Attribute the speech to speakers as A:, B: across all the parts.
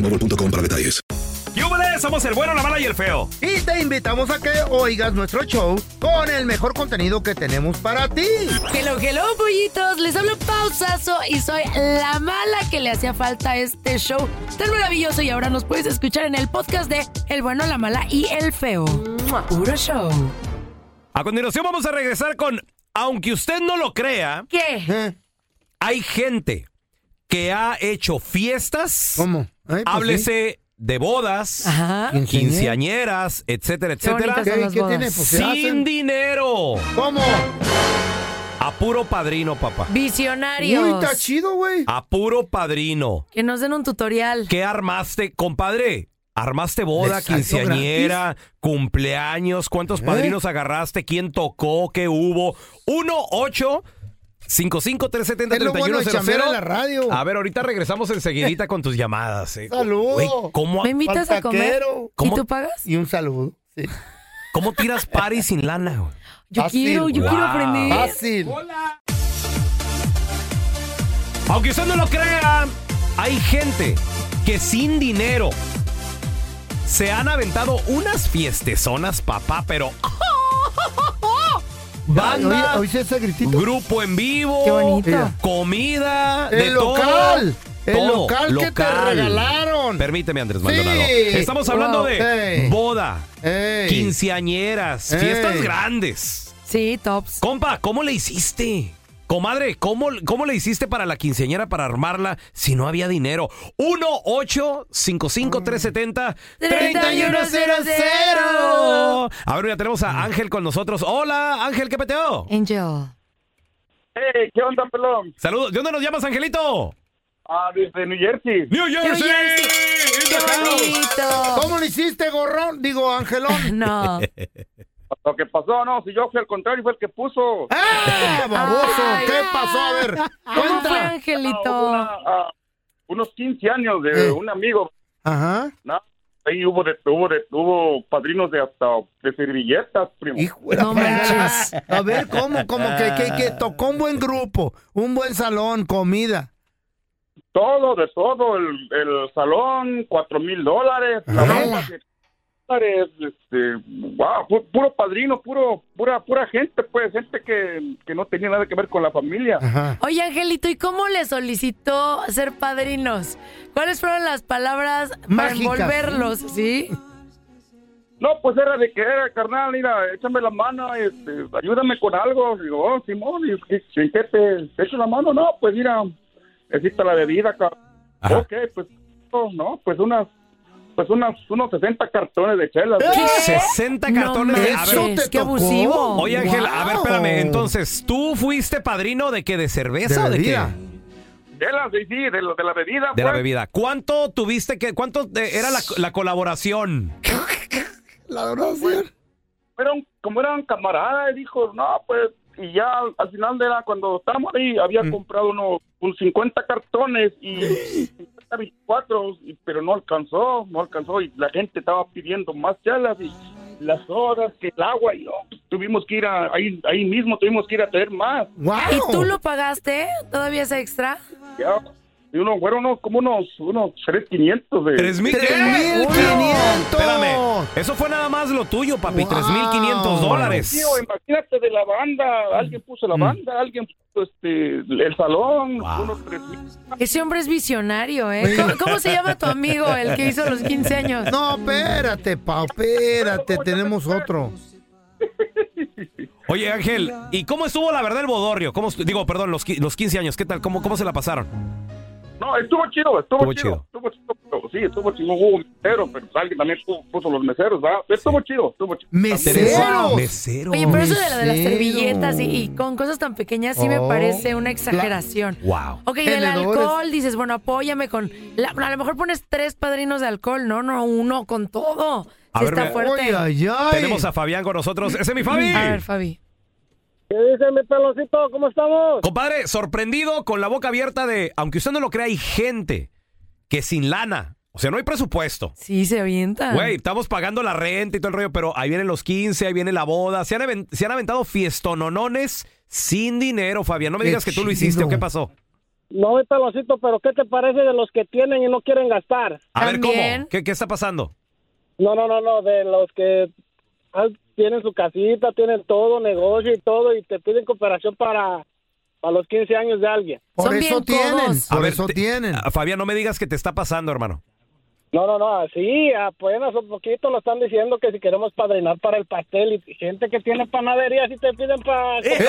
A: mobile.com para detalles.
B: ¡Yúbales! Somos el bueno, la mala y el feo.
C: Y te invitamos a que oigas nuestro show con el mejor contenido que tenemos para ti.
D: Hello, hello, pollitos. Les hablo pausazo y soy la mala que le hacía falta a este show tan maravilloso. Y ahora nos puedes escuchar en el podcast de El bueno, la mala y el feo. Puro show.
B: A continuación vamos a regresar con, aunque usted no lo crea,
D: ¿Qué?
B: hay gente que ha hecho fiestas.
C: ¿Cómo? Ay, pues
B: Háblese de bodas,
D: Ajá.
B: quinceañeras, etcétera, etcétera.
D: bonitas son las
C: ¿Qué
D: bodas.
C: tiene? Pues se
B: Sin
C: hacen.
B: dinero.
C: ¿Cómo?
B: A puro padrino, papá.
C: Uy,
D: Visionarios.
C: está chido, güey.
B: A puro padrino.
D: que nos den un tutorial.
B: ¿Qué armaste, compadre? ¿Armaste boda,
C: Exacto, Eh.
B: quinceañera, cumpleaños? ¿Cuántos padrinos agarraste? ¿Quién tocó? ¿Qué hubo? 1 8 55 370
C: Es lo bueno de chambear en la radio.
B: A ver, ahorita regresamos enseguidita con tus llamadas. eh.
C: Saludo.
B: Güey, ¿cómo,
D: ¿Me invitas a
C: Al
D: comer?
C: taquero.
D: ¿Y
B: ¿Cómo?
D: tú pagas?
C: Y un saludo. Sí.
B: cómo tiras party sin lana? güey?
D: Yo
C: Fácil.
D: quiero, yo quiero
B: Wow.
D: aprender.
C: Fácil.
B: Aunque usted no lo crea, hay gente que sin dinero se han aventado unas fiestezonas, papá, pero...
C: Oye,
B: Banda,
C: ¿Oíste ese gritito?
B: grupo en vivo,
D: Qué bonito.
C: Mira.
B: comida, de
C: El local.
B: todo.
C: El
B: todo,
C: local que te
B: local.
C: regalaron.
B: Permíteme, Andrés Maldonado. Estamos hablando
D: Wow.
B: de
C: Hey.
B: boda,
C: Ey.
B: quinceañeras, fiestas
C: Ey.
B: grandes.
D: Sí, tops.
B: Compa, ¿cómo le hiciste? Comadre, ¿cómo, cómo le hiciste para la quinceañera para armarla si no había dinero? 1 8 55 370 3100 A ver, ya tenemos a Ángel con nosotros. Hola, Ángel, ¿qué peteo?
D: Angel.
E: Hey, ¿qué onda, pelón?
B: Saludos. ¿De dónde nos llamas, Angelito?
E: Ah, desde New Jersey.
B: New Jersey.
D: New Jersey.
B: in
D: ¡Qué
B: the house.
D: bonito!
C: ¿Cómo lo hiciste, gorrón? Digo, angelón.
D: No.
E: Lo que pasó, no, si yo fui al contrario, fue el que puso.
C: ¡Ah, baboso!
D: Ay.
C: ¿Qué pasó? A ver,
D: ¿Cómo fue,
C: cuenta.
E: Una,
D: Angelito?
E: ah, unos 15 años de
C: Eh.
E: un amigo.
C: Ajá.
E: ¿no? Ahí hubo, de, hubo, de, hubo padrinos de hasta de servilletas, primo.
C: Hijo de
D: No
C: la-
D: manches.
C: A ver, ¿cómo? Como que, que, que tocó un buen grupo, un buen salón, comida.
E: Todo, de todo. El, el salón, cuatro mil dólares. La
C: Ala.
E: ropa, siete dólares. Este, wow, pu- puro padrino, puro, pura, pura gente, pues, gente que, que no tenía nada que ver con la familia.
C: Ajá.
D: Oye, Angelito, ¿y cómo le solicitó ser padrinos? ¿Cuáles fueron las palabras para
C: Mágicas.
D: envolverlos? ¿Sí?
E: No, pues era de que era, carnal, mira, échame la mano, este, ayúdame con algo. Digo, oh, Simón, ¿y qué- ¿en qué te, te echo la mano? No, pues mira, necesita la bebida, cabrón.
B: Ajá.
E: Ok, pues, oh, no, pues unas, pues unas, unos 60 cartones de chelas.
D: ¿Qué?
B: 60 cartones de-
D: No
B: a ver,
C: ¿Eso
D: manches,
C: te
D: qué
C: tocó?
D: abusivo.
B: Oye, Ángel, a ver, espérame.
C: Wow.
B: Entonces, ¿tú fuiste padrino de qué? ¿De cerveza
C: De
B: o de qué?
C: bebida.
E: Chelas, sí, sí, de, la- de la bebida.
B: De la
E: pues.
B: bebida. ¿Cuánto tuviste que.? ¿Cuánto eh, era la, la colaboración?
C: La adoración.
E: Fueron, como Pues, eran camaradas, dijo, no, pues, y ya al-
B: Mm.
E: al final de la, cuando estábamos ahí, había comprado unos, un 50 cartones y hasta 24, y- pero no alcanzó, no alcanzó y la gente estaba pidiendo más chalas y las horas que el agua y no, tuvimos que ir a, ahí, ahí mismo tuvimos que ir a traer más.
D: ¿Y tú lo pagaste? ¿Todavía es extra?
E: Ya, y uno, fueron unos, como unos, unos 3,500 de...
B: ¿Tres mil qué? Espérame, eso fue nada más lo tuyo, papi. Tres mil quinientos dólares. Mm.
E: Tío, imagínate de la banda, alguien puso la banda, alguien puso este, el salón, unos 3,000.
D: Ese hombre es visionario, ¿eh? ¿Cómo, cómo se llama tu amigo, el que hizo los 15 años?
C: No, espérate, Pau, espérate, tenemos otro.
B: Oye, Ángel, ¿y cómo estuvo la verdad el bodorrio? ¿Cómo estu- digo, perdón, los, qui- los 15 años, ¿qué tal? ¿Cómo, cómo se la pasaron?
E: No, estuvo chido, estuvo,
B: Estuvo
E: chido.
B: chido.
E: Estuvo chido, pero sí, estuvo chido. Hubo meseros, pero alguien también puso, puso los meseros, ¿verdad? Pero Estuvo chido, estuvo chido.
C: ¡Meseros!
B: Mesero.
D: Oye, pero eso de, la de las
C: Mesero.
D: servilletas y, y con cosas tan pequeñas sí me
C: Oh.
D: parece una exageración.
B: Wow.
D: Ok, del
C: Tenedores.
D: alcohol, dices, bueno, apóyame con... la- a lo mejor pones tres padrinos de alcohol, no, no, uno con todo.
B: A
D: Sí
B: ver,
D: está
B: me-
D: fuerte.
C: Ay, ay, ay.
B: Tenemos a Fabián con nosotros. ¡Ese es mi Fabi!
D: A ver, Fabi.
F: ¿Qué dice mi peloncito? ¿Cómo estamos?
B: Compadre, sorprendido con la boca abierta de, aunque usted no lo crea, hay gente que sin lana, o sea, no hay presupuesto.
D: Sí, se avienta.
B: Güey, estamos pagando la renta y todo el rollo, pero ahí vienen los 15, ahí viene la boda. Se han, aven- se han aventado fiestononones sin dinero, Fabián. No me
C: Qué
B: digas que tú lo
C: chido.
B: hiciste o qué pasó.
F: No, mi peloncito, pero ¿qué te parece de los que tienen y no quieren gastar?
B: A ver,
D: También.
B: ¿cómo? ¿Qué, qué está pasando?
F: No, no, no, no, de los que ah, tienen su casita, tienen todo, negocio y todo, y te piden cooperación para, para los 15 años de alguien.
C: Por
D: Son
C: eso
D: bien
C: tienen,
D: codos.
B: A
C: por
B: ver,
C: eso
B: te-
C: tienen.
B: Ah, Fabián, no me digas que te está pasando, hermano.
F: No, no, no, así, apenas un poquito nos están diciendo que si queremos padrinar para el pastel y gente que tiene panaderías y te piden para...
C: ¡Eh!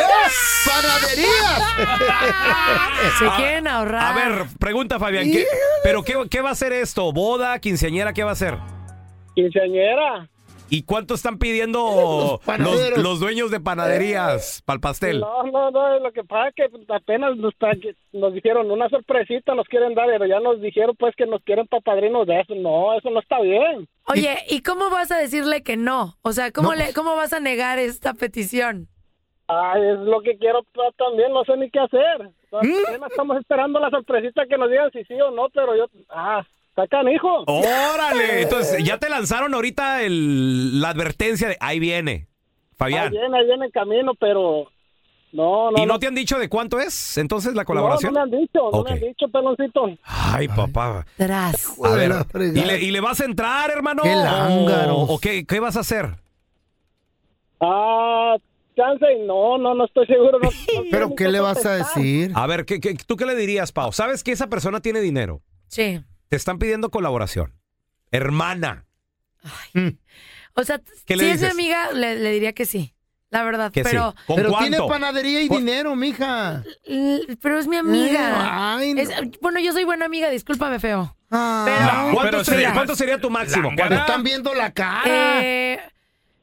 C: ¡Panaderías!
D: Se quieren ahorrar.
B: A ver, pregunta, Fabián. ¿qué- ¿Pero qué, qué va a ser esto? ¿Boda, quinceañera, qué va a ser?
F: Quinceañera.
B: ¿Y cuánto están pidiendo
C: Los
B: los,
C: panaderos.
B: los dueños de panaderías para el pastel?
F: Eh, No, no, no, lo que pasa es que apenas nos, tra- nos dijeron una sorpresita, nos quieren dar, pero ya nos dijeron pues que nos quieren para padrinos de eso. No, eso no está bien.
D: Oye, ¿y cómo vas a decirle que no? O sea, ¿cómo, le, ¿cómo vas a negar esta petición?
F: Ay, es lo que quiero pa- también, no sé ni qué hacer.
B: ¿Mm?
F: Apenas estamos esperando la sorpresita que nos digan si sí o no, pero yo, ah, Eh, sacan hijo.
B: ¡Órale! Entonces, ya te lanzaron ahorita el- la advertencia de ahí viene,
F: Ahí
B: Fabián.
F: viene, ahí viene el camino, pero no, no.
B: ¿Y no te han dicho de cuánto es entonces la colaboración?
F: No, no me han dicho, no
B: Ok.
F: me han dicho, peloncito.
B: Ay, papá.
D: Tras.
B: A
C: de
B: ver,
C: la fregada.
B: ¿y le, y le vas a entrar, hermano?
C: Qué
B: ¿O-
C: lángaros.
B: ¿O qué, qué vas a hacer?
F: Ah, chance, y no, no, no estoy seguro. no- no sé
C: ¿Pero
F: ni
C: qué le vas a
F: contestar.
C: decir?
B: A ver, ¿qué, qué- tú qué le dirías, Pau? ¿Sabes que esa persona tiene dinero?
D: Sí.
B: Te están pidiendo colaboración. Hermana,
D: O sea, si
B: ¿Qué le
D: es mi
B: dices?
D: amiga, le, le diría que sí. La verdad.
B: que
D: pero,
B: sí. ¿Con
C: Pero tiene
B: cuánto?
C: panadería y
B: Cu-
C: dinero, mija. Eh,
D: l- pero es mi amiga.
C: Ay, no.
D: Es- bueno, yo soy buena amiga, discúlpame, feo.
C: Ah,
B: ¿Cuánto,
G: Pero
B: sería,
G: sí.
B: cuánto sería tu máximo?
C: te
B: ¿Cuánto?
C: están viendo la cara.
D: Eh,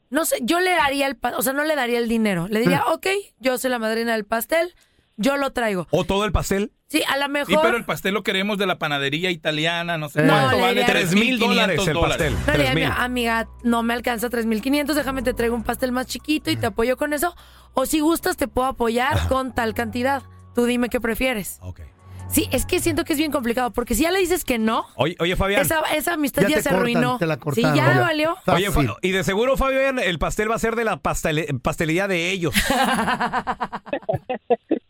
D: no sé, yo le daría el, pa- o sea, no le daría el dinero. Le
C: Mm.
D: diría, ok, yo soy la madrina del pastel, yo lo traigo.
B: ¿O todo el pastel?
D: Sí, a lo
G: Sí, pero el
D: mejor.
G: pastel lo queremos de la panadería italiana, no sé
D: No,
G: cuánto
D: le
G: vale.
D: diría-
B: Tres mil
G: 3,500
B: dólares el pastel.
D: No, le
B: Tres
D: diría, "Ah,
B: mil.
D: "Mira, amiga, no me alcanza 3.500, déjame te traigo un pastel más chiquito y te apoyo con eso. O si gustas, te puedo apoyar con tal cantidad. Tú dime qué prefieres.
B: Ok.
D: Sí, es que siento que es bien complicado, porque si ya le dices que no,
B: Oye, oye, Fabián.
D: esa, esa amistad
C: Ya
D: ya,
C: te
D: se
C: cortan,
D: arruinó.
C: te la
D: sí,
C: cortaron.
D: ya
C: Ya.
D: valió.
B: Oye,
C: Fácil.
B: Fa- y de seguro, Fabián, el pastel va a ser de la pastele- pastelería de ellos.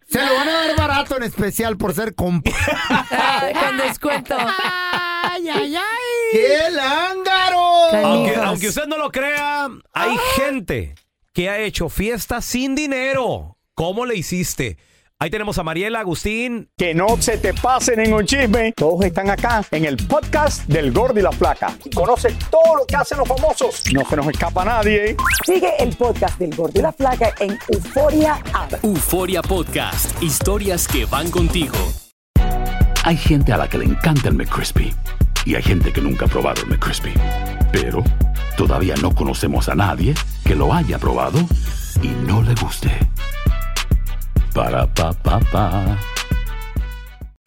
C: Se lo van a dar barato en especial por ser compa.
D: Ah, con descuento.
C: ¡Ay, ay, ay! ¡Qué lángaro!
B: aunque,
D: Hijos.
B: aunque usted no lo crea,
D: Ah.
B: hay gente que ha hecho fiestas sin dinero. ¿Cómo le hiciste? Ahí tenemos a Mariela, Agustín.
H: Que no se te pase ningún chisme. Todos están acá en el podcast del Gordi y la Flaca. Y Conoce todo lo que hacen los famosos. No se nos escapa nadie.
I: Sigue el podcast del Gordo y la Flaca en Euforia App.
J: Euforia Podcast, historias que van contigo. Hay gente a la que le encanta el McCrispy y hay gente que nunca ha probado el McCrispy. Pero todavía no conocemos a nadie que lo haya probado y no le guste. Para pa pa pa.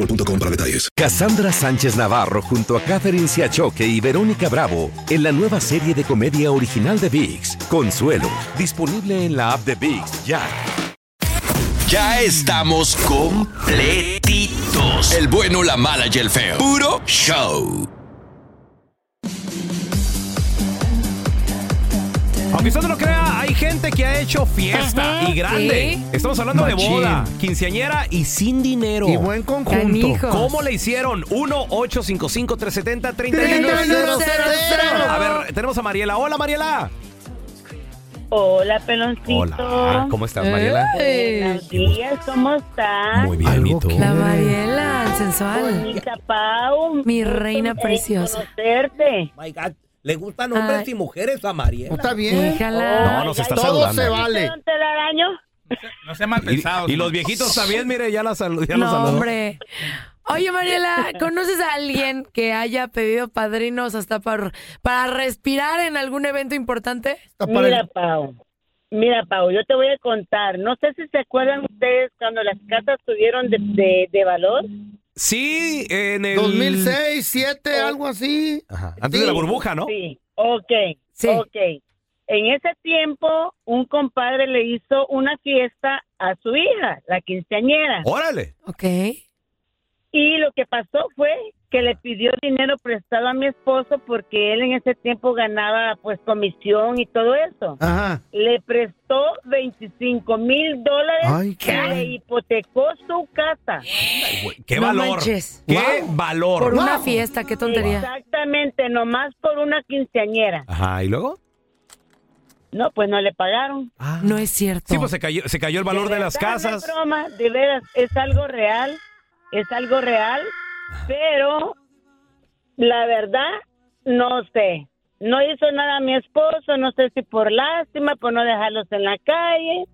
A: para detalles.
K: Cassandra Sánchez Navarro junto a Catherine Siachoque y Verónica Bravo en la nueva serie de comedia original de VIX, Consuelo, disponible en la app de VIX ya.
L: Ya estamos completitos. El bueno, la mala y el feo. Puro show.
B: Aunque usted no lo crea, hay gente que ha hecho fiesta
D: Ajá,
B: y grande.
D: sí.
B: Estamos hablando de
D: Machín.
B: boda, quinceañera y sin dinero.
C: Y buen conjunto. Canijos.
B: ¿Cómo le hicieron? 1-855-370-3100.
M: 3100.
B: A ver, tenemos a Mariela. Hola, Mariela.
M: Hola, peloncito.
B: Hola, ¿cómo estás, Mariela?
M: Buenos días, ¿cómo estás? Muy
B: bien, ¿y tú?
D: La Mariela, sensual.
M: Bonita Pau.
D: Mi reina preciosa.
M: Conocerte.
N: My God. ah, Le gustan hombres
M: Ay.
N: y mujeres a Mariela.
C: Está bien.
B: No, nos está saludando.
M: ¿Don Telaraño?
G: No sea mal pensado.
B: Y los viejitos también, mire, ya la salu- ya los
D: No,
B: saludó.
D: hombre. Oye, Mariela, ¿conoces a alguien que haya pedido padrinos hasta para, para respirar en algún evento importante?
M: Mira, Pau. Mira, Pau, yo te voy a contar. No sé si se acuerdan ustedes cuando las casas tuvieron de, de- de valor.
B: Sí, en el
C: 2006, 7, algo así.
B: Antes de la burbuja, ¿no?
M: Sí. Ok. Ok. En ese tiempo, un compadre le hizo una fiesta a su hija, la quinceañera.
B: Órale.
D: Ok.
M: Y lo que pasó fue que le pidió dinero prestado a mi esposo porque él en ese tiempo ganaba pues comisión y todo eso.
C: Ajá.
M: Le prestó 25 mil dólares
B: Ay,
M: y
B: qué-
M: le hipotecó su casa.
B: ¡Qué
M: No
B: valor!
M: manches.
B: ¡Qué valor!
D: Por una fiesta, qué tontería.
M: Exactamente, nomás por una quinceañera.
B: Ajá, ¿y luego?
M: No, pues no le pagaron.
D: Ah. No es cierto.
B: Sí, pues se cayó, se cayó el valor de las
M: verdad, no
B: casas.
M: es broma, de veras, es algo real, es algo real, pero la verdad, no sé. No hizo nada mi esposo, no sé si por lástima, por no dejarlos en la calle,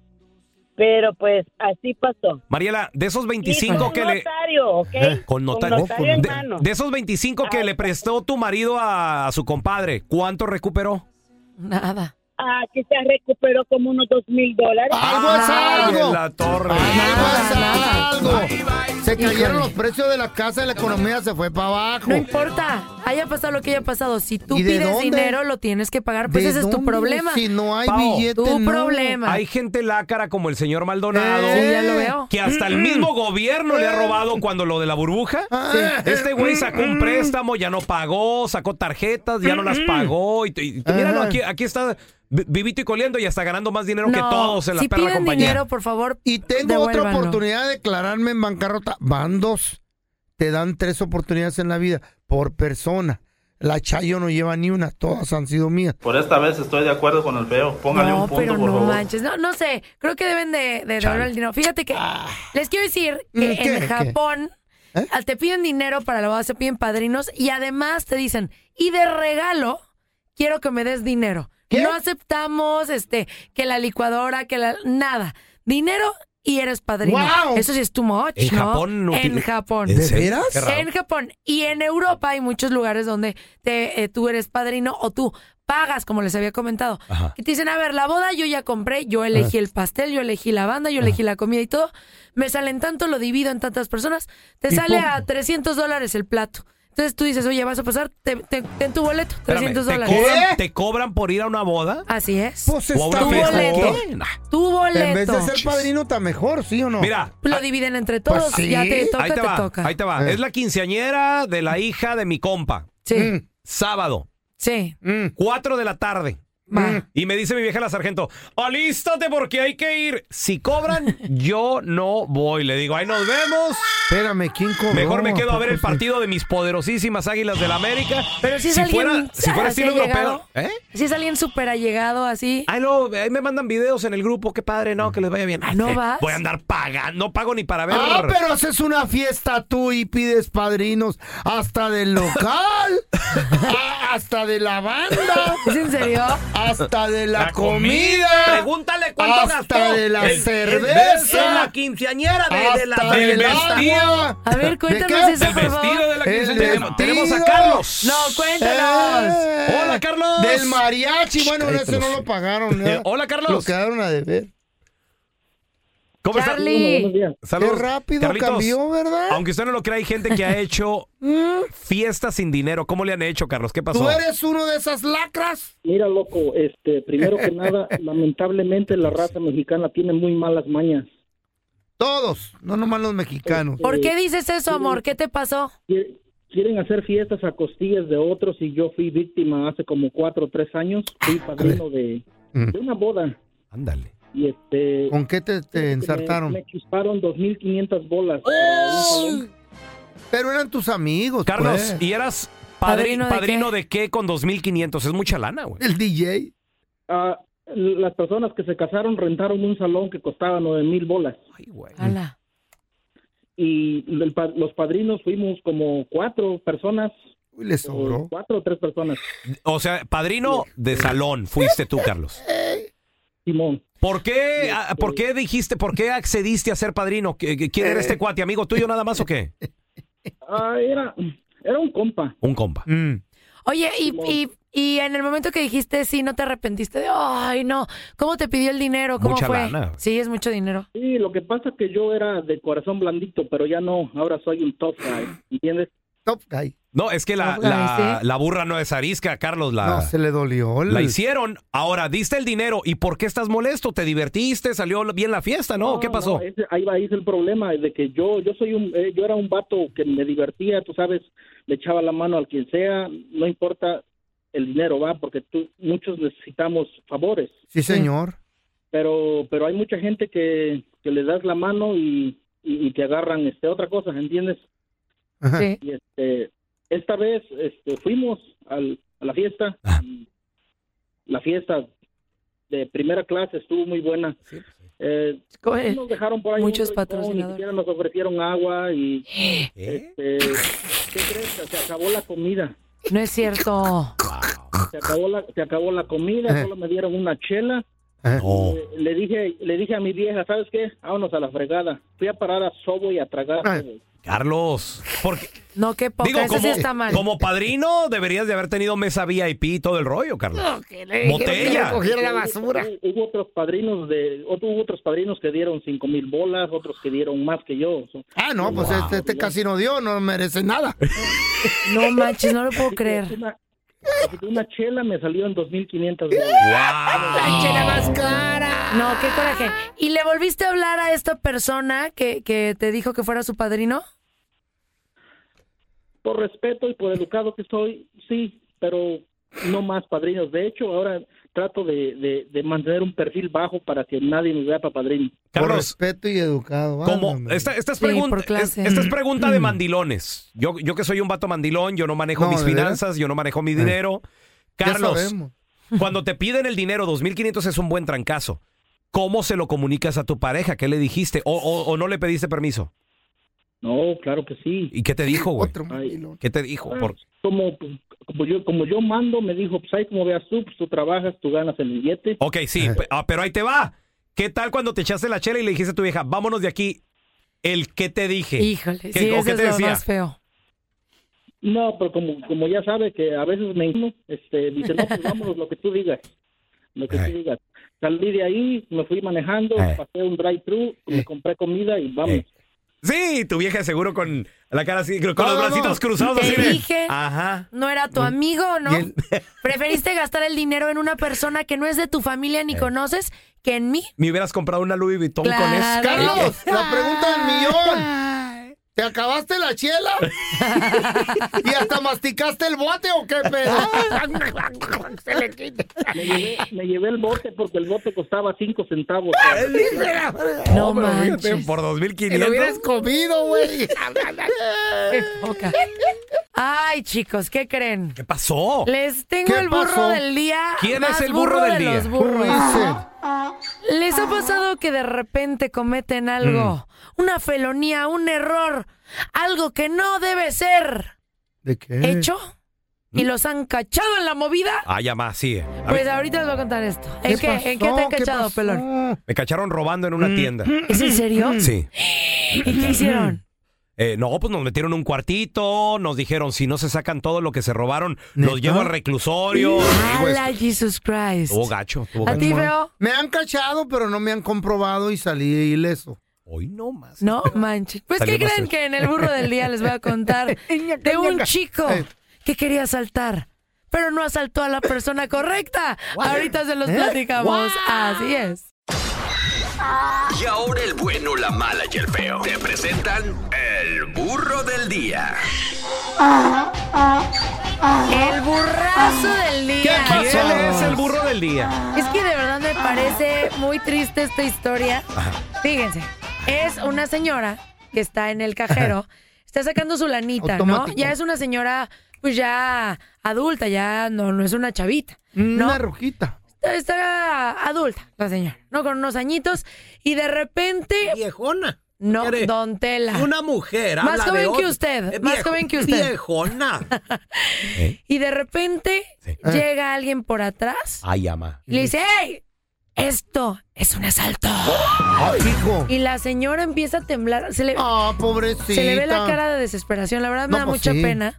M: pero pues así pasó.
B: Mariela, de esos
M: Y con
B: 25 que le... ¿Eh?
M: notario, ¿ok?
B: Con notario.
M: notario en
B: de,
M: mano.
B: de esos 25 que le prestó tu marido a, a su compadre, ¿cuánto recuperó?
D: Nada.
M: Ah, quizás recuperó como unos dos mil dólares.
C: Algo es algo.
B: En la torre.
C: Algo. Se cayeron los precios de la casa y la economía se fue para abajo.
D: No importa, haya pasado lo que haya pasado. Si tú
C: ¿Y de
D: pides
C: dónde?
D: dinero, lo tienes que pagar. Pues
C: ¿De
D: ese es tu
C: dónde?
D: problema.
C: Si no hay
D: Pao,
C: billete,
D: Tu
C: no.
D: problema.
B: Hay gente lácara como el señor Maldonado.
D: Sí, ya lo veo.
B: Que hasta el mismo gobierno le ha robado cuando lo de la burbuja.
C: Ah.
B: Este güey sacó un préstamo, ya no pagó, sacó tarjetas, ya no las pagó. Y, y- y míralo,
C: Ajá.
B: aquí, aquí está vi- vivito y coleando y hasta ganando más dinero que
D: No,
B: todos en la
D: si
B: perra
D: piden
B: compañía.
D: dinero, por favor,
C: Y tengo otra oportunidad de declararme en bancarrota. Van dos. Te dan tres oportunidades en la vida por persona. La Chayo no lleva ni una. Todas han sido mías.
O: Por esta vez estoy de acuerdo con el feo. Póngale
D: No,
O: un punto,
D: pero
O: por
D: no
O: favor.
D: manches. No, no sé. Creo que deben de, de devolver el dinero. Fíjate que les quiero decir que
M: ¿Qué?
D: en
M: ¿Qué?
D: Japón al- te piden dinero para la boda, se piden padrinos y además te dicen, y de regalo, quiero que me des dinero. No aceptamos este que la licuadora, que la... Nada. Dinero y eres padrino.
B: ¡Guau!
D: Eso sí es too much,
B: En
D: ¿no?
B: Japón no
D: En
B: tiene-
D: Japón.
B: ¿En ¿De serio? veras? Qué raro.
D: En Japón. Y en Europa hay muchos lugares donde te, eh, tú eres padrino o tú pagas, como les había comentado.
M: Ajá.
D: Y te dicen, a ver, la boda yo ya compré, yo elegí el pastel, yo elegí la banda, yo elegí la comida y todo. Me salen tanto, lo divido en tantas personas. Te
M: Y
D: sale
M: pum.
D: a 300 dólares el plato. Entonces tú dices, oye, vas a pasar, te- te- ten tu boleto,
B: Espérame,
D: 300
B: ¿te,
D: dólares.
B: cobran, te cobran por ir a una boda?
D: Así es.
B: ¿O a una
D: tu
B: fiesta?
D: boleto.
B: ¿Qué? Nah.
D: Tu boleto.
C: Pues En vez de ser padrino, está mejor, ¿sí o no?
B: Mira.
D: Lo dividen entre todos,
C: Pues sí. Eh.
D: ya te toca,
B: ahí te, va,
D: toca.
B: ahí te va. Es la quinceañera
C: Mm.
B: de la hija de mi compa.
D: Sí.
B: Sábado.
D: Sí.
B: Cuatro de la tarde.
C: Mm.
B: Y me dice mi vieja la sargento, alístate porque hay que ir. Si cobran, yo no voy. Le digo, ahí nos vemos.
C: Espérame, ¿quién cobró?
B: Mejor me quedo a ver el
C: Tampoco sé.
B: partido de mis poderosísimas Águilas del América.
D: Pero si es alguien,
B: fuera, si fuera
D: así
B: estilo
D: allegado.
B: europeo, ¿eh?
D: Si es alguien súper allegado así.
B: Ay, no, ahí me mandan videos en el grupo, qué padre, no, que les vaya bien.
D: ¿no
B: Eh,
D: vas?
B: Voy a andar pagando, no pago ni para ver.
C: Ah, pero haces una fiesta tú y pides padrinos hasta del local, a- hasta de la banda.
D: ¿Es en serio?
C: Hasta de la,
B: La comida.
C: comida.
B: Pregúntale cuánto
C: Hasta
B: gastó.
C: de la
B: El- el-
C: cerveza.
B: en la quinceañera de- de la-
C: hasta
B: del
C: agua.
B: vestido. A ver,
C: ¿De
B: cuéntanos
C: qué?
B: eso, Del por vestido favor. de la
C: El
B: quinceañera. Tenemos- tenemos a
C: vestido.
B: Carlos. No, cuéntanos. Hola, Carlos.
C: Del mariachi. Bueno,
B: Shh,
C: ese no
B: cállate.
C: lo pagaron. ¿eh?
B: Eh, hola, Carlos.
C: Lo quedaron a deber.
B: ¿Cómo está? Saludos.
C: Qué rápido
B: Carlitos,
C: cambió, ¿verdad? ¿Mm?
B: Aunque usted no lo crea, hay gente que ha hecho fiestas sin dinero. ¿Cómo le han hecho, Carlos? ¿Qué pasó?
C: ¿Tú eres uno de esas lacras?
P: Mira, loco, este, primero que nada, lamentablemente la raza mexicana tiene muy malas mañas.
C: Todos, no nomás los mexicanos.
D: ¿Por qué dices eso, amor? ¿Qué te pasó?
P: Quier- Quieren hacer fiestas a costillas de otros y yo fui víctima hace como cuatro o tres años. Fui
C: Ah,
P: padrino de, de una boda.
B: Ándale.
P: Y este...
C: Mm. ¿Con qué te, te
P: me-
C: ensartaron?
P: Me, chisparon 2.500 bolas.
D: ¡Oh!
C: Pero eran tus amigos.
B: Carlos,
C: pues.
B: ¿y eras
C: ¿Padrino
B: padrino,
C: de
B: padrino de, qué? con 2.500? Es mucha lana, güey.
C: El DJ.
P: Ah, las personas que se casaron rentaron un salón que costaba nueve mil bolas. Y el pa- los padrinos fuimos como cuatro personas.
C: le
P: sobró. Cuatro o tres personas.
B: O sea, padrino de salón fuiste tú, Carlos.
P: Simón.
B: ¿Por qué, ah, ¿Por qué dijiste, por qué accediste a ser padrino? ¿Qui- qui- ¿Quién era este cuate? ¿Amigo tuyo nada más o qué?
P: Ah, era, era un compa.
B: Un compa.
C: Mm.
D: Oye, y, y, y en el momento que dijiste sí, ¿no te arrepentiste de, ay, no? ¿Cómo te pidió el dinero? ¿Cómo
P: Mucha
D: fue?
P: lana.
D: Sí, es mucho dinero.
P: Sí, lo que pasa es que yo era de corazón blandito, pero ya no. Ahora soy un top guy. ¿Entiendes?
C: Top guy.
B: No, es que la,
P: No, la
B: la-
P: hice.
B: la burra no es arisca, Carlos. La,
C: No, se le dolió. el-
B: Ah. la hicieron. Ahora, diste el dinero. ¿Y por qué estás molesto? ¿Te divertiste? ¿Salió bien la fiesta? ¿No? Oh, ¿Qué pasó?
P: ese- ahí va ahí es el problema de que yo yo soy un eh, yo era un vato que me divertía, tú sabes, le echaba la mano al quien sea, no importa el dinero, va, porque tú muchos necesitamos favores,
C: Sí, señor.
P: pero pero hay mucha gente que, que le das la mano y, y, y te agarran este otra cosa, ¿entiendes?
B: Ah.
C: Ajá.
P: Y este esta vez este fuimos al, a la fiesta.
B: Ah.
P: y La fiesta de primera clase estuvo muy buena.
B: pues
P: Eh,
D: Coge
P: nos dejaron por ahí
D: muchos
P: un rincón, Ni
D: patrocinadores.
P: siquiera nos ofrecieron agua y...
C: ¿Eh?
P: este, ¿Qué crees? Se acabó la comida.
D: No es cierto.
P: Se acabó la, se acabó la comida,
D: Eh.
P: solo me dieron una chela.
C: Oh.
P: Eh, Le dije, le dije a mi vieja, ¿sabes qué? Vámonos a la fregada. Fui a parar a Sobo y a tragar.
C: Ah.
P: Eh, Subway.
B: Carlos. Porque,
D: No, qué poca.
B: digo,
D: Eso
B: como,
D: sí está mal.
B: como padrino deberías de haber tenido mesa VIP y todo el rollo, Carlos.
D: No, que le
B: Botella.
D: dijeron Eh, que recogiera la
P: Hubo-
D: basura.
P: Hubo, hubo otros padrinos de, otro- hubo otros padrinos que dieron cinco mil bolas, otros que dieron más que yo.
C: Ah, no, pues este, este casi no dio, no merece nada.
D: No manches, no lo puedo creer.
P: Una, una chela me salió en 2.500 bolas.
D: La chela más cara. No, qué coraje. ¿Y le volviste a hablar a esta persona que, que te dijo que fuera su padrino?
P: Por respeto y por educado que soy, sí, pero no más padrinos. De hecho, ahora trato de, de- de mantener un perfil bajo para que nadie me vea para padrino.
C: Por respeto y educado.
B: Como,
C: válgame.
B: esta, esta es
C: Sí,
B: pregunta,
C: por clase.
B: es- esta es pregunta de mandilones. Yo, yo que soy un vato mandilón, yo no manejo
C: Mm. No,
B: mis
C: ¿de veras? Eh,
B: finanzas, yo no manejo mi dinero.
C: Ya
B: Carlos,
C: sabemos.
B: cuando te piden el dinero, 2.500 es un buen trancazo. ¿Cómo se lo comunicas a tu pareja? ¿Qué le dijiste? ¿O, o- o no le pediste permiso?
P: No, claro que sí.
B: ¿Y qué te dijo, güey?
P: Ay,
B: ¿Qué te dijo?
P: Ah,
B: Por-
P: como, como, yo, como yo mando, me dijo, pues ahí como veas tú, pues tú trabajas, tú ganas el billete.
B: Ok, sí, pe- ah, pero ahí te va. ¿Qué tal cuando te echaste la chela y le dijiste a tu vieja, vámonos de aquí? El que te dije.
D: Híjole,
B: ¿Qué-
D: sí,
B: o
D: eso
B: qué
D: es
B: te
D: lo
B: decía?
D: más feo.
P: No, pero como, como ya sabe que a veces me indigno, este, dice, no, pues vámonos, lo que tú digas, lo que tú digas. Salí de ahí, me fui manejando, pasé un drive-thru, me compré comida y vamos.
B: Sí, tu vieja seguro con la cara así, con los
P: No, no,
B: bracitos
P: no.
B: cruzados.
P: Te
B: así de-
D: dije.
B: Ajá.
D: No era tu amigo, ¿no? Preferiste gastar el dinero en una persona que no es de tu familia
B: Eh.
D: ni conoces que en mí.
B: Me hubieras comprado una Louis Vuitton con
D: Claro.
B: eso.
C: Carlos, la pregunta del millón. ¿Te acabaste la chela? ¿Y hasta masticaste el bote o qué pedo? Se le quita.
P: Me llevé, me llevé el bote porque el bote costaba 5 centavos.
B: pero
C: No manches.
B: fíjate, Por
C: Te lo hubieras
B: 2.500.
C: comido, güey.
D: Qué poca. Ay, chicos, ¿qué creen? ¿Qué
B: pasó?
D: Les tengo
B: ¿Qué
D: el burro
B: pasó?
D: del día.
B: ¿Quién
D: más
B: es el burro del
D: de
B: día?
D: los burros.
B: Ulises.
D: ¿Les ha pasado que de repente cometen algo?
B: Mm.
D: Una felonía, un error, algo que no debe ser
C: ¿De qué?
D: hecho y los han cachado en la movida.
B: Ah, ya más, sí. ¿Mm? A mí-
D: Pues ahorita les voy a contar esto. ¿En
C: ¿Qué
D: qué, ¿En qué te han
C: pasó? ¿Qué
D: cachado,
C: pasó?
D: pelón?
B: Me cacharon robando en una tienda.
D: Mm.
B: Mm.
D: ¿Es en serio?
B: Sí.
D: ¿Y qué hicieron?
B: Eh, no, pues nos metieron un cuartito, nos dijeron, si no se sacan todo lo que se robaron, los llevo al reclusorio. Sí, güey,
D: Ala, Jesus Christ.
B: estuvo gacho, estuvo
D: ¿A
B: gacho.
D: ti veo?
C: Me han cachado, pero no me han comprobado y salí ileso.
B: Hoy no más.
D: No manches. Pues ¿qué
C: Salimos
D: creen
C: el-
D: que en el burro del día les voy a contar de un chico que quería asaltar, pero no asaltó a la persona correcta? Ahorita se los
L: ¿Eh? What?
D: platicamos. Así es.
L: Y ahora el bueno, la mala y el feo. Te presentan el burro del día.
D: El burrazo del día.
B: ¿Quién es el burro del día?
D: Es que de verdad me parece muy triste esta historia. Fíjense, es una señora que está en el cajero, está sacando su lanita, ¿no?
C: Automático.
D: Ya es una señora, pues ya adulta, ya no, no es una chavita.
C: Una
D: ¿no?
C: rojita.
D: Está, está adulta la señora, ¿no? Con unos añitos y de repente...
N: Viejona.
D: No,
N: Quiere
D: don Tela.
N: Una mujer.
D: Más
N: habla
D: joven
N: de
D: que
N: otro.
D: usted,
N: Eh,
D: más
N: viejo-
D: joven que usted.
N: Viejona.
D: Y de repente
B: Ah.
D: llega alguien por atrás
B: Ay, ama.
D: y le dice, ¡Ey! Esto es un asalto.
B: Oh.
D: Y la señora empieza a temblar. Se le,
B: Ah,
C: pobrecita.
D: se le ve la cara de desesperación. La verdad me
C: No,
D: da
C: pues
D: mucha
C: sí.
D: pena.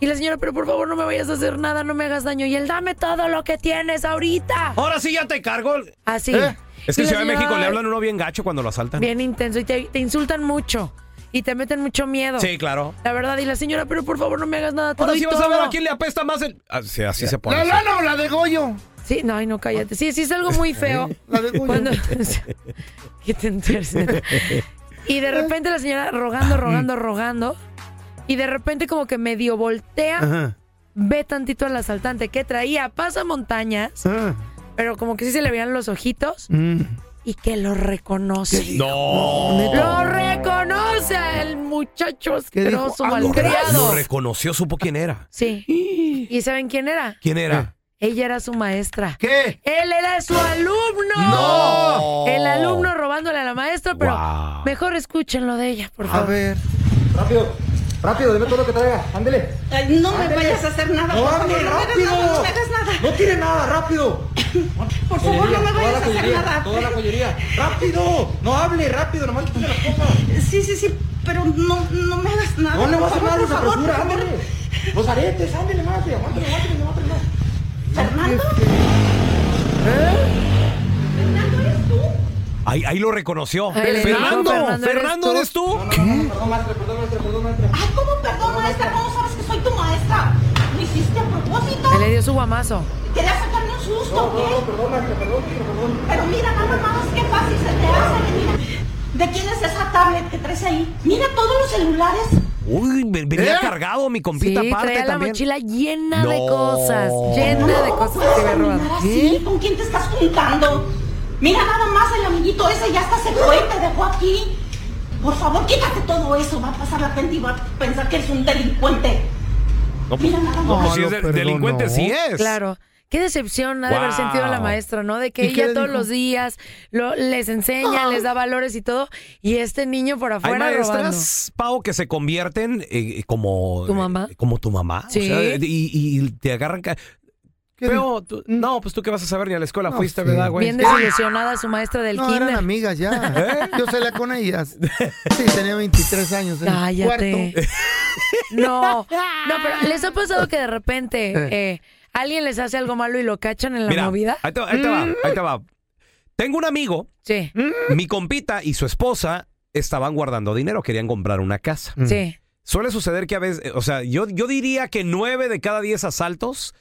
D: Y la señora, pero por favor no me vayas a hacer nada, no me hagas daño. Y él, dame todo lo que tienes ahorita.
B: Ahora sí ya te cargo.
D: Así.
B: ¿Eh? Es que
D: Y
B: en
D: la
B: Ciudad de
D: señora,
B: México le hablan uno bien gacho cuando lo asaltan.
D: Bien intenso y te, te insultan mucho. Y te meten mucho miedo.
B: Sí, claro.
D: La verdad, y la señora, pero por favor no me hagas nada. te
B: Ahora
D: doy
B: sí vas a ver
D: todo".
B: a quién le apesta más el... Ah, sí, así se pone.
C: La
B: sí.
C: lana o la de Goyo.
D: Sí, no, ay, no, cállate. Sí, sí, es algo muy feo.
C: La de Goyo.
D: Cuando- que te enteres. Y
B: Ah.
D: de repente la señora rogando, rogando, rogando. Y de repente como que medio voltea,
C: Ajá.
D: ve tantito al asaltante que traía, pasa montañas,
B: Ah.
D: pero como que sí se le veían los ojitos y que lo reconoce.
B: Mm. No.
D: Lo reconoce el muchacho
B: ¿Qué dijo?
D: asqueroso,
B: Ah, lo re-
D: malcriado.
B: Lo reconoció, supo quién era.
D: Sí. ¿Y saben quién era?
B: ¿Quién era?
D: Ella era su maestra.
C: ¿Qué?
D: Él era su alumno.
B: ¡No!
D: El alumno robándole a la maestra, pero
B: Guau.
D: mejor escúchenlo de ella, por
C: A
D: favor.
C: ver.
Q: Rápido, rápido, dime todo lo que traiga, ándele.
R: Ay, no me
Q: Ándele.
R: vayas a hacer nada,
Q: No,
R: por favor,
Q: ándele,
R: no me hagas
Q: rápido.
R: nada, no me hagas nada.
Q: No tiene nada, rápido.
R: Por favor, no
Q: Joyería,
R: me
Q: toda
R: vayas a
Q: la
R: hacer
Q: joyería,
R: nada.
Q: Toda la joyería. Rápido, no hable, rápido, nomás quítame la copa.
R: Sí, sí, sí, pero no, no me hagas nada.
Q: No le vas a
R: por
Q: dar
R: favor,
Q: esa
R: por favor,
Q: apresura,
R: por favor.
Q: ándele. Los aretes, ándele, más, aguántale, aguántale, aguántale. más.
R: Fernando,
Q: Este,
B: Ahí, ahí lo reconoció.
R: Ahí le dijo,
B: Fernando,
R: Fernando, ¿eres
B: Fernando, ¿eres tú?
D: ¿Eh?
Q: Perdón, maestra, perdón, maestra, perdón, maestra.
R: ay, Ah, ¿cómo perdón, maestra? ¿Cómo sabes que soy tu maestra? ¿Lo hiciste a propósito?
D: Se le dio su guamazo.
R: ¿Querías sacarme un susto
Q: No,
R: o
Q: no, no,
R: qué?
Q: perdón, maestra, perdón, maestra, perdón.
R: Pero mira, nada más, qué fácil se te hace, mira. ¿De quién es esa tablet que traes ahí? Mira todos los celulares.
B: Uy, ve- venía
R: ¿Eh?
B: cargado mi
D: Sí,
B: compita aparte
D: traía la
B: también.
D: mochila llena de
B: No.
D: cosas. Llena de cosas que se había robado.
R: ¿Sí? ¿Con quién te estás juntando? Mira nada más el amiguito ese ya hasta se fue y te dejó aquí. Por favor, quítate todo eso. Va a pasar la gente y va a pensar que eres un delincuente.
B: No, pues,
R: Mira nada más.
B: no, pues,
C: No,
B: si
C: lo
B: es de-
C: perdonó.
B: delincuente, sí es.
D: Claro. Qué decepción ha de haber
B: Wow.
D: sentido la maestra, ¿no? De que
B: ¿Y qué
D: ella
B: le
D: todos
B: dijo?
D: los días lo- les enseña, les da valores y todo. Y este niño por
B: Hay
D: afuera robando.
B: maestras, Pau, que se convierten eh, como...
D: ¿Tu mamá?
B: eh, como tu mamá.
D: Sí.
B: O sea, y, y te agarran... ca- Pero, tú- no, pues tú qué vas a saber, ni a la escuela fuiste, ¿verdad, güey?
D: Bien desilusionada su maestra del
C: No,
D: kinder.
C: eran amigas
B: ¿Eh?
C: ya. Yo salía con ellas. Sí, tenía 23 años. en el
D: Cállate.
C: cuarto.
D: No, no, pero ¿les ha pasado que de repente eh, alguien les hace algo malo y lo cachan en la
B: Mira,
D: movida? Mm.
B: Ahí te, ahí te va, Mm. ahí te va. Tengo un amigo.
D: Sí.
B: Mi compita y su esposa estaban guardando dinero, querían comprar una casa.
C: Mm.
D: Sí.
B: Suele suceder que a veces, o sea, yo, yo diría que nueve de cada diez asaltos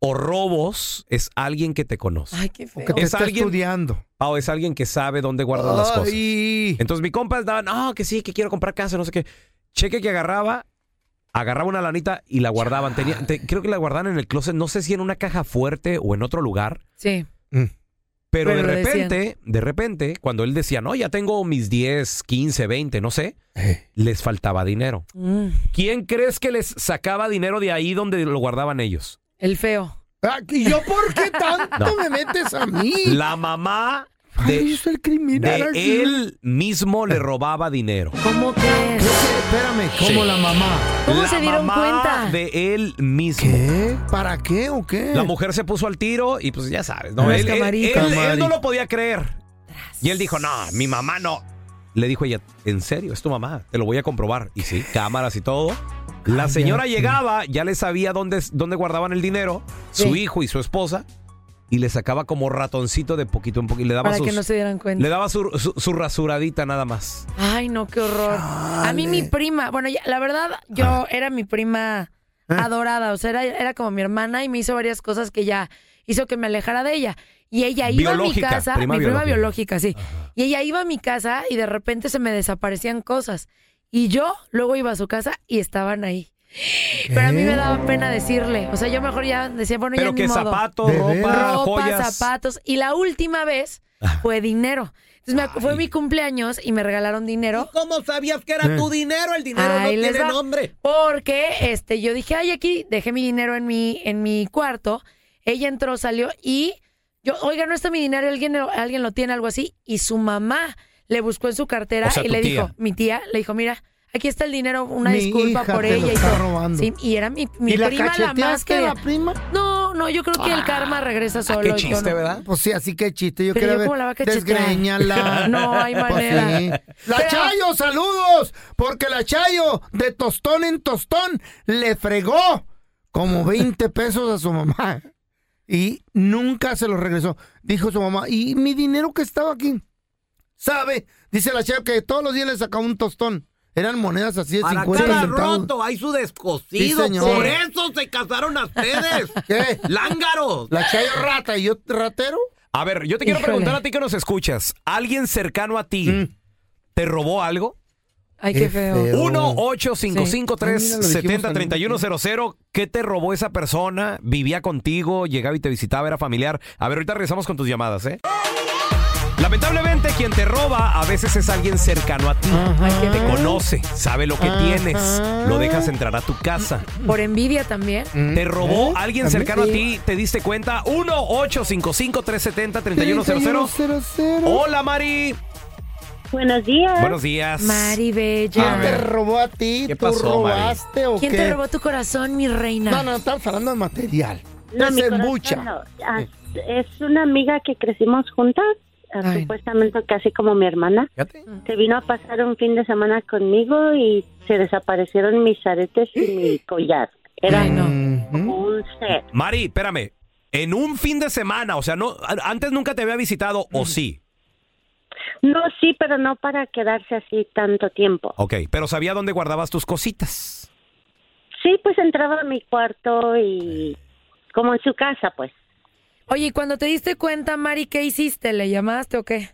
B: o robos es alguien que te conoce.
D: Ay, qué feo.
C: Que te
B: es
C: está estudiando.
B: Ah, o es alguien que sabe dónde guardan las cosas.
C: Ay.
B: Entonces mi compa estaba, no, que sí, que quiero comprar casa, no sé qué. cheque que agarraba, agarraba una lanita y la guardaban. Tenía, te- creo que la guardaban en el closet, no sé si en una caja fuerte o en otro lugar.
D: Sí.
B: Pero,
D: Pero
B: de
D: lo decían.
B: repente, de repente, cuando él decía, no, ya tengo mis 10, 15, 20, no sé,
C: Eh.
B: les faltaba dinero.
D: Mm,
B: ¿Quién crees que les sacaba dinero de ahí donde lo guardaban ellos?
D: el feo.
C: ¿Y yo por qué tanto
B: No.
C: me metes a mí?
B: La mamá de,
C: el criminal.
B: de él mismo le robaba dinero.
D: ¿Cómo crees?
C: Espérame, ¿cómo
B: Sí.
C: la mamá?
B: ¿Cómo La se dieron mamá cuenta? De él mismo.
C: ¿Qué? ¿Para qué o qué?
B: La mujer se puso al tiro y pues ya sabes, ¿no?
C: Las
B: Él, él-
C: camaritas.
B: él- él no
C: Camarita.
B: lo podía creer. Y él dijo, no, mi mamá no. Le dijo ella, en serio, es tu mamá, te lo voy a comprobar. Y sí, cámaras y todo. La señora
S: Cállate.
B: llegaba, ya le sabía dónde, dónde guardaban el dinero, su
D: Sí.
B: hijo y su esposa, y le sacaba como ratoncito de poquito en poquito. y Le daba
D: Para
B: sus-
D: que no se dieran cuenta.
B: Le daba su, su- su rasuradita nada más.
D: Ay, no, qué horror. A mí mi prima, bueno, ya- la verdad, yo
B: Ah.
D: era mi prima adorada, o sea, era, era como mi hermana y me hizo varias cosas que ya hizo que me alejara de ella. Y ella iba
T: Biológica,
D: a mi casa,
T: prima
D: mi prima
T: biológica.
D: biológica, sí. Y ella iba a mi casa y de repente se me desaparecían cosas. Y yo luego iba a su casa y estaban ahí. Pero a mí me daba pena decirle. O sea, yo mejor ya decía, bueno,
B: Pero
D: ya
B: que
D: ni modo.
B: zapato, ¿De ropa, veras?
D: Ropa,
B: joyas.
D: zapatos. Y la última vez fue dinero. Entonces me acu- fue mi cumpleaños y me regalaron dinero.
N: ¿Cómo sabías que era
D: Eh.
N: tu dinero? El dinero
D: Ahí
N: no
D: les
N: tiene
D: va.
N: nombre.
D: Porque este, yo dije, ay, aquí dejé mi dinero en mi, en mi cuarto. Ella entró, salió y yo, oiga, no está mi dinero, alguien, lo- alguien lo tiene, algo así. Y su mamá le buscó en su cartera
T: O sea,
D: y
T: tu
D: le
T: tía.
D: dijo, mi tía, le dijo, mira, aquí está el dinero, una
T: Mi
D: disculpa
T: hija
D: por
T: te lo
D: ella. y
T: está
D: todo".
T: robando.
D: Sí, y era mi, mi
C: ¿Y la
D: prima la más
C: cacheteaste,
D: que...
C: la prima?
D: No, no, yo creo que
B: Ah,
D: el karma
C: Ah,
D: regresa solo. yo no.
C: Pues sí, así que chiste. Yo
D: Pero
C: quería
D: yo
C: ver.
D: cómo la va a cachetear.
C: Desgréñala.
D: No, hay
C: Pues
D: manera.
C: sí. La
D: Pero-
C: Chayo, saludos. Porque la Chayo, de tostón en tostón, le fregó como 20 pesos a su mamá. Y nunca se los regresó. Dijo su mamá, ¿y mi dinero que estaba aquí? ¿Sabe? Dice la Chayo que todos los días le sacaba un tostón. Eran monedas así de
N: Para
C: 50
N: cada
C: centavos.
N: roto hay su
C: Sí,
N: descosido.
C: señor.
N: Por eso se casaron a ustedes.
C: ¿Qué?
N: Lángaros.
C: La Chayo rata y yo ratero.
B: A ver, yo te quiero
C: Híjole.
B: preguntar a ti que nos escuchas. ¿Alguien cercano a ti te robó algo?
D: Ay, qué feo. Ah,
B: 1-855-370-3100. ¿Qué te robó esa persona? ¿Vivía contigo? ¿Llegaba y te visitaba? ¿Era familiar? A ver, ahorita regresamos con tus llamadas, ¿eh? Lamentablemente, quien te roba a veces es alguien cercano a ti. Te conoce, sabe lo que
D: Ajá.
B: tienes, lo dejas entrar a tu casa.
D: Por envidia también.
B: ¿Te robó
D: ¿Eh?
B: alguien
D: También
B: cercano a
D: sí.
B: ti? ¿Te diste cuenta? 1-855-370-3100.
C: 3100.
B: Hola, Mari.
U: Buenos días.
B: Buenos días.
D: Mari Bella.
B: A ver. ¿Quién te
C: robó a ti?
B: ¿Qué ¿Tú pasó, Mari? robaste
C: o
D: ¿Quién
C: qué?
D: te robó tu corazón, mi reina?
C: No, no, estamos hablando de material.
U: No, mi corazón
C: Desembucha.
U: no. Ah, Es una amiga que crecimos juntas, ah, supuestamente casi como mi hermana. Se vino a pasar un fin de semana conmigo y se desaparecieron mis aretes y mi collar. Era como un set.
B: ¿Mm? Mari, espérame. En un fin de semana, o sea, no, a- antes nunca te había visitado, o sí.
U: No, sí, pero no para quedarse así tanto tiempo.
B: Ok, pero sabía dónde guardabas tus cositas.
U: Sí, pues entraba a mi cuarto y como en su casa, pues.
D: Oye, ¿y cuando te diste cuenta, Mari, qué hiciste? ¿Le llamaste o qué?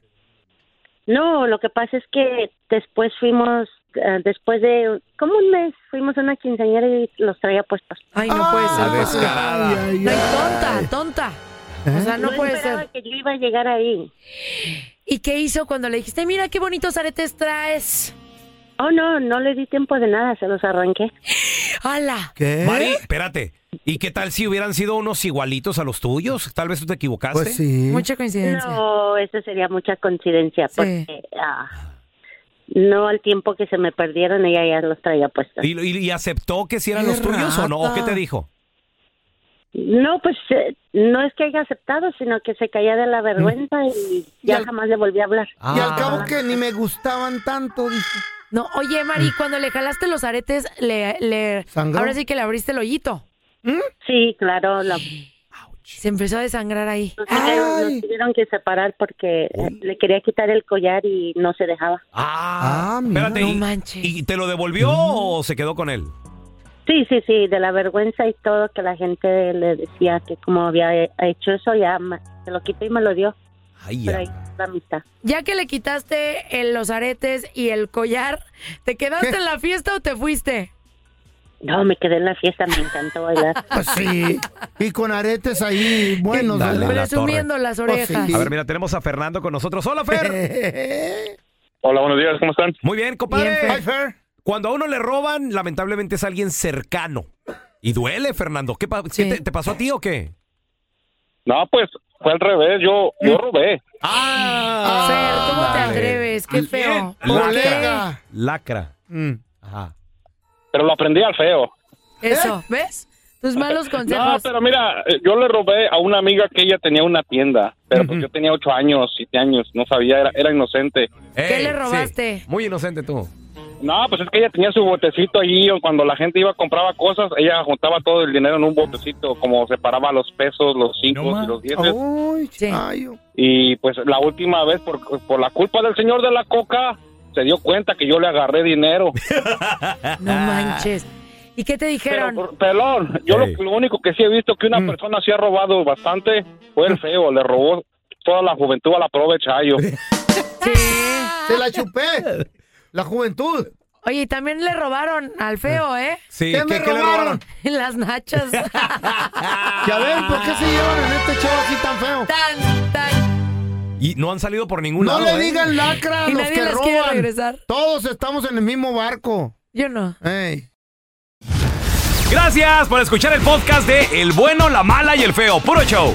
U: No, lo que pasa es que después fuimos, eh, después de como un mes, fuimos a una quinceañera y los traía puestos.
D: Ay, no puede ser.
B: Ah, La descarada.
D: No, y tonta, tonta. O sea, no,
U: No
D: puede
U: esperaba
D: ser.
U: que yo iba a llegar ahí.
D: ¿Y qué hizo cuando le dijiste, mira qué bonitos aretes traes?
U: Oh, no, no le di tiempo de nada, se los arranqué.
D: ¡Hala!
C: ¿Qué?
B: Mari, espérate. ¿Y qué tal si hubieran sido unos igualitos a los tuyos? Tal vez tú te equivocaste.
U: Pues sí. Mucha
D: coincidencia.
U: No, eso sería mucha coincidencia, porque ah, no al tiempo que se me perdieron, ella ya los traía puestos.
B: ¿Y, y- y aceptó que si eran los tuyos o no? ¿O qué te dijo?
U: No, pues eh, no es que haya aceptado, sino que se caía de la vergüenza y ya jamás le volví a hablar.
C: Mm.
U: Ah.
C: Y al cabo que ni me gustaban tanto, dijo.
D: No, oye, Mari, cuando le jalaste los aretes, le, le
C: ¿Sangró? ¿Mm?
D: ahora sí que le abriste el hoyito.
U: Sí, claro, la,
D: Se empezó a desangrar ahí.
U: Pero nos tuvieron que separar porque eh, le quería quitar el collar y no se dejaba.
B: Ah, espérate. ¿y- ¿y, te lo
C: Mm.
B: devolvió o se quedó con él?
U: Sí, sí, sí, de la vergüenza y todo que la eh, gente le decía que como había he- hecho eso, ya ma- se lo quité y me lo dio.
B: Ay,
U: Pero
B: ya.
U: ahí la mitad.
D: Ya que le quitaste el- los aretes y el collar, ¿te quedaste en la fiesta o te fuiste?
U: No, me quedé en la fiesta, me encantó bailar.
C: Pues sí, y con aretes ahí buenos.
B: Dale,
C: ¿verdad? Pues
B: la Presumiendo
D: las
B: A ver, mira, tenemos a Fernando con nosotros. ¡Hola,
C: ¿Eh?
B: Fer!
S: Hola, buenos días, ¿cómo están?
B: Muy bien, compadre. Hi, Fer. Cuando a uno le roban, lamentablemente es alguien cercano. Y duele, Fernando. ¿Qué, pa- qué te, te pasó a ti o qué?
S: No, pues fue al revés, yo, yo robé.
B: Ah,
C: Ah,
D: Fer, ¿cómo te atreves? Qué feo. ¿Por qué?
B: Lacra. Lacra. Ajá.
S: Mm. Pero lo aprendí al feo.
C: ¿Eh?
D: Eso, ¿ves? Tus malos consejos.
B: pues-
S: No, pero mira, eh, yo le robé a una amiga que ella tenía una tienda, pero pues yo tenía ocho años, siete años, no sabía, era, era inocente.
B: ¿Qué le robaste? Muy inocente tú.
S: No, pues es que ella tenía su botecito allí, o cuando la gente iba compraba cosas, ella juntaba todo el dinero en un botecito, como separaba los pesos, los cinco y los dieces.
C: Oh.
S: Y pues la última vez, por, por la culpa del señor de la coca, se dio cuenta que yo le agarré dinero.
D: No manches. ¿Y qué te dijeron?
S: Pero, por- pelón, yo lo, lo único que sí he visto que una persona sí ha robado bastante fue el feo, le robó toda la juventud a la prove Chayo.
C: Te la chupé. La juventud.
D: Oye, y también le robaron al feo, ¿eh?
C: Sí, ¿Qué me ¿qué- qué le robaron?
D: Las nachas.
C: Que a ver, ¿por qué se llevan en este show así tan feo?
D: Tan, tan.
B: Y no han salido por ningún
C: No
B: lado.
C: le
B: ¿eh?
C: digan lacra a
D: Y
C: los
D: nadie
C: que
D: las quiere
C: roban.
D: regresar.
C: Todos estamos en el mismo barco.
D: Yo no.
B: Gracias por escuchar el podcast de El bueno, la mala y el feo. Puro show.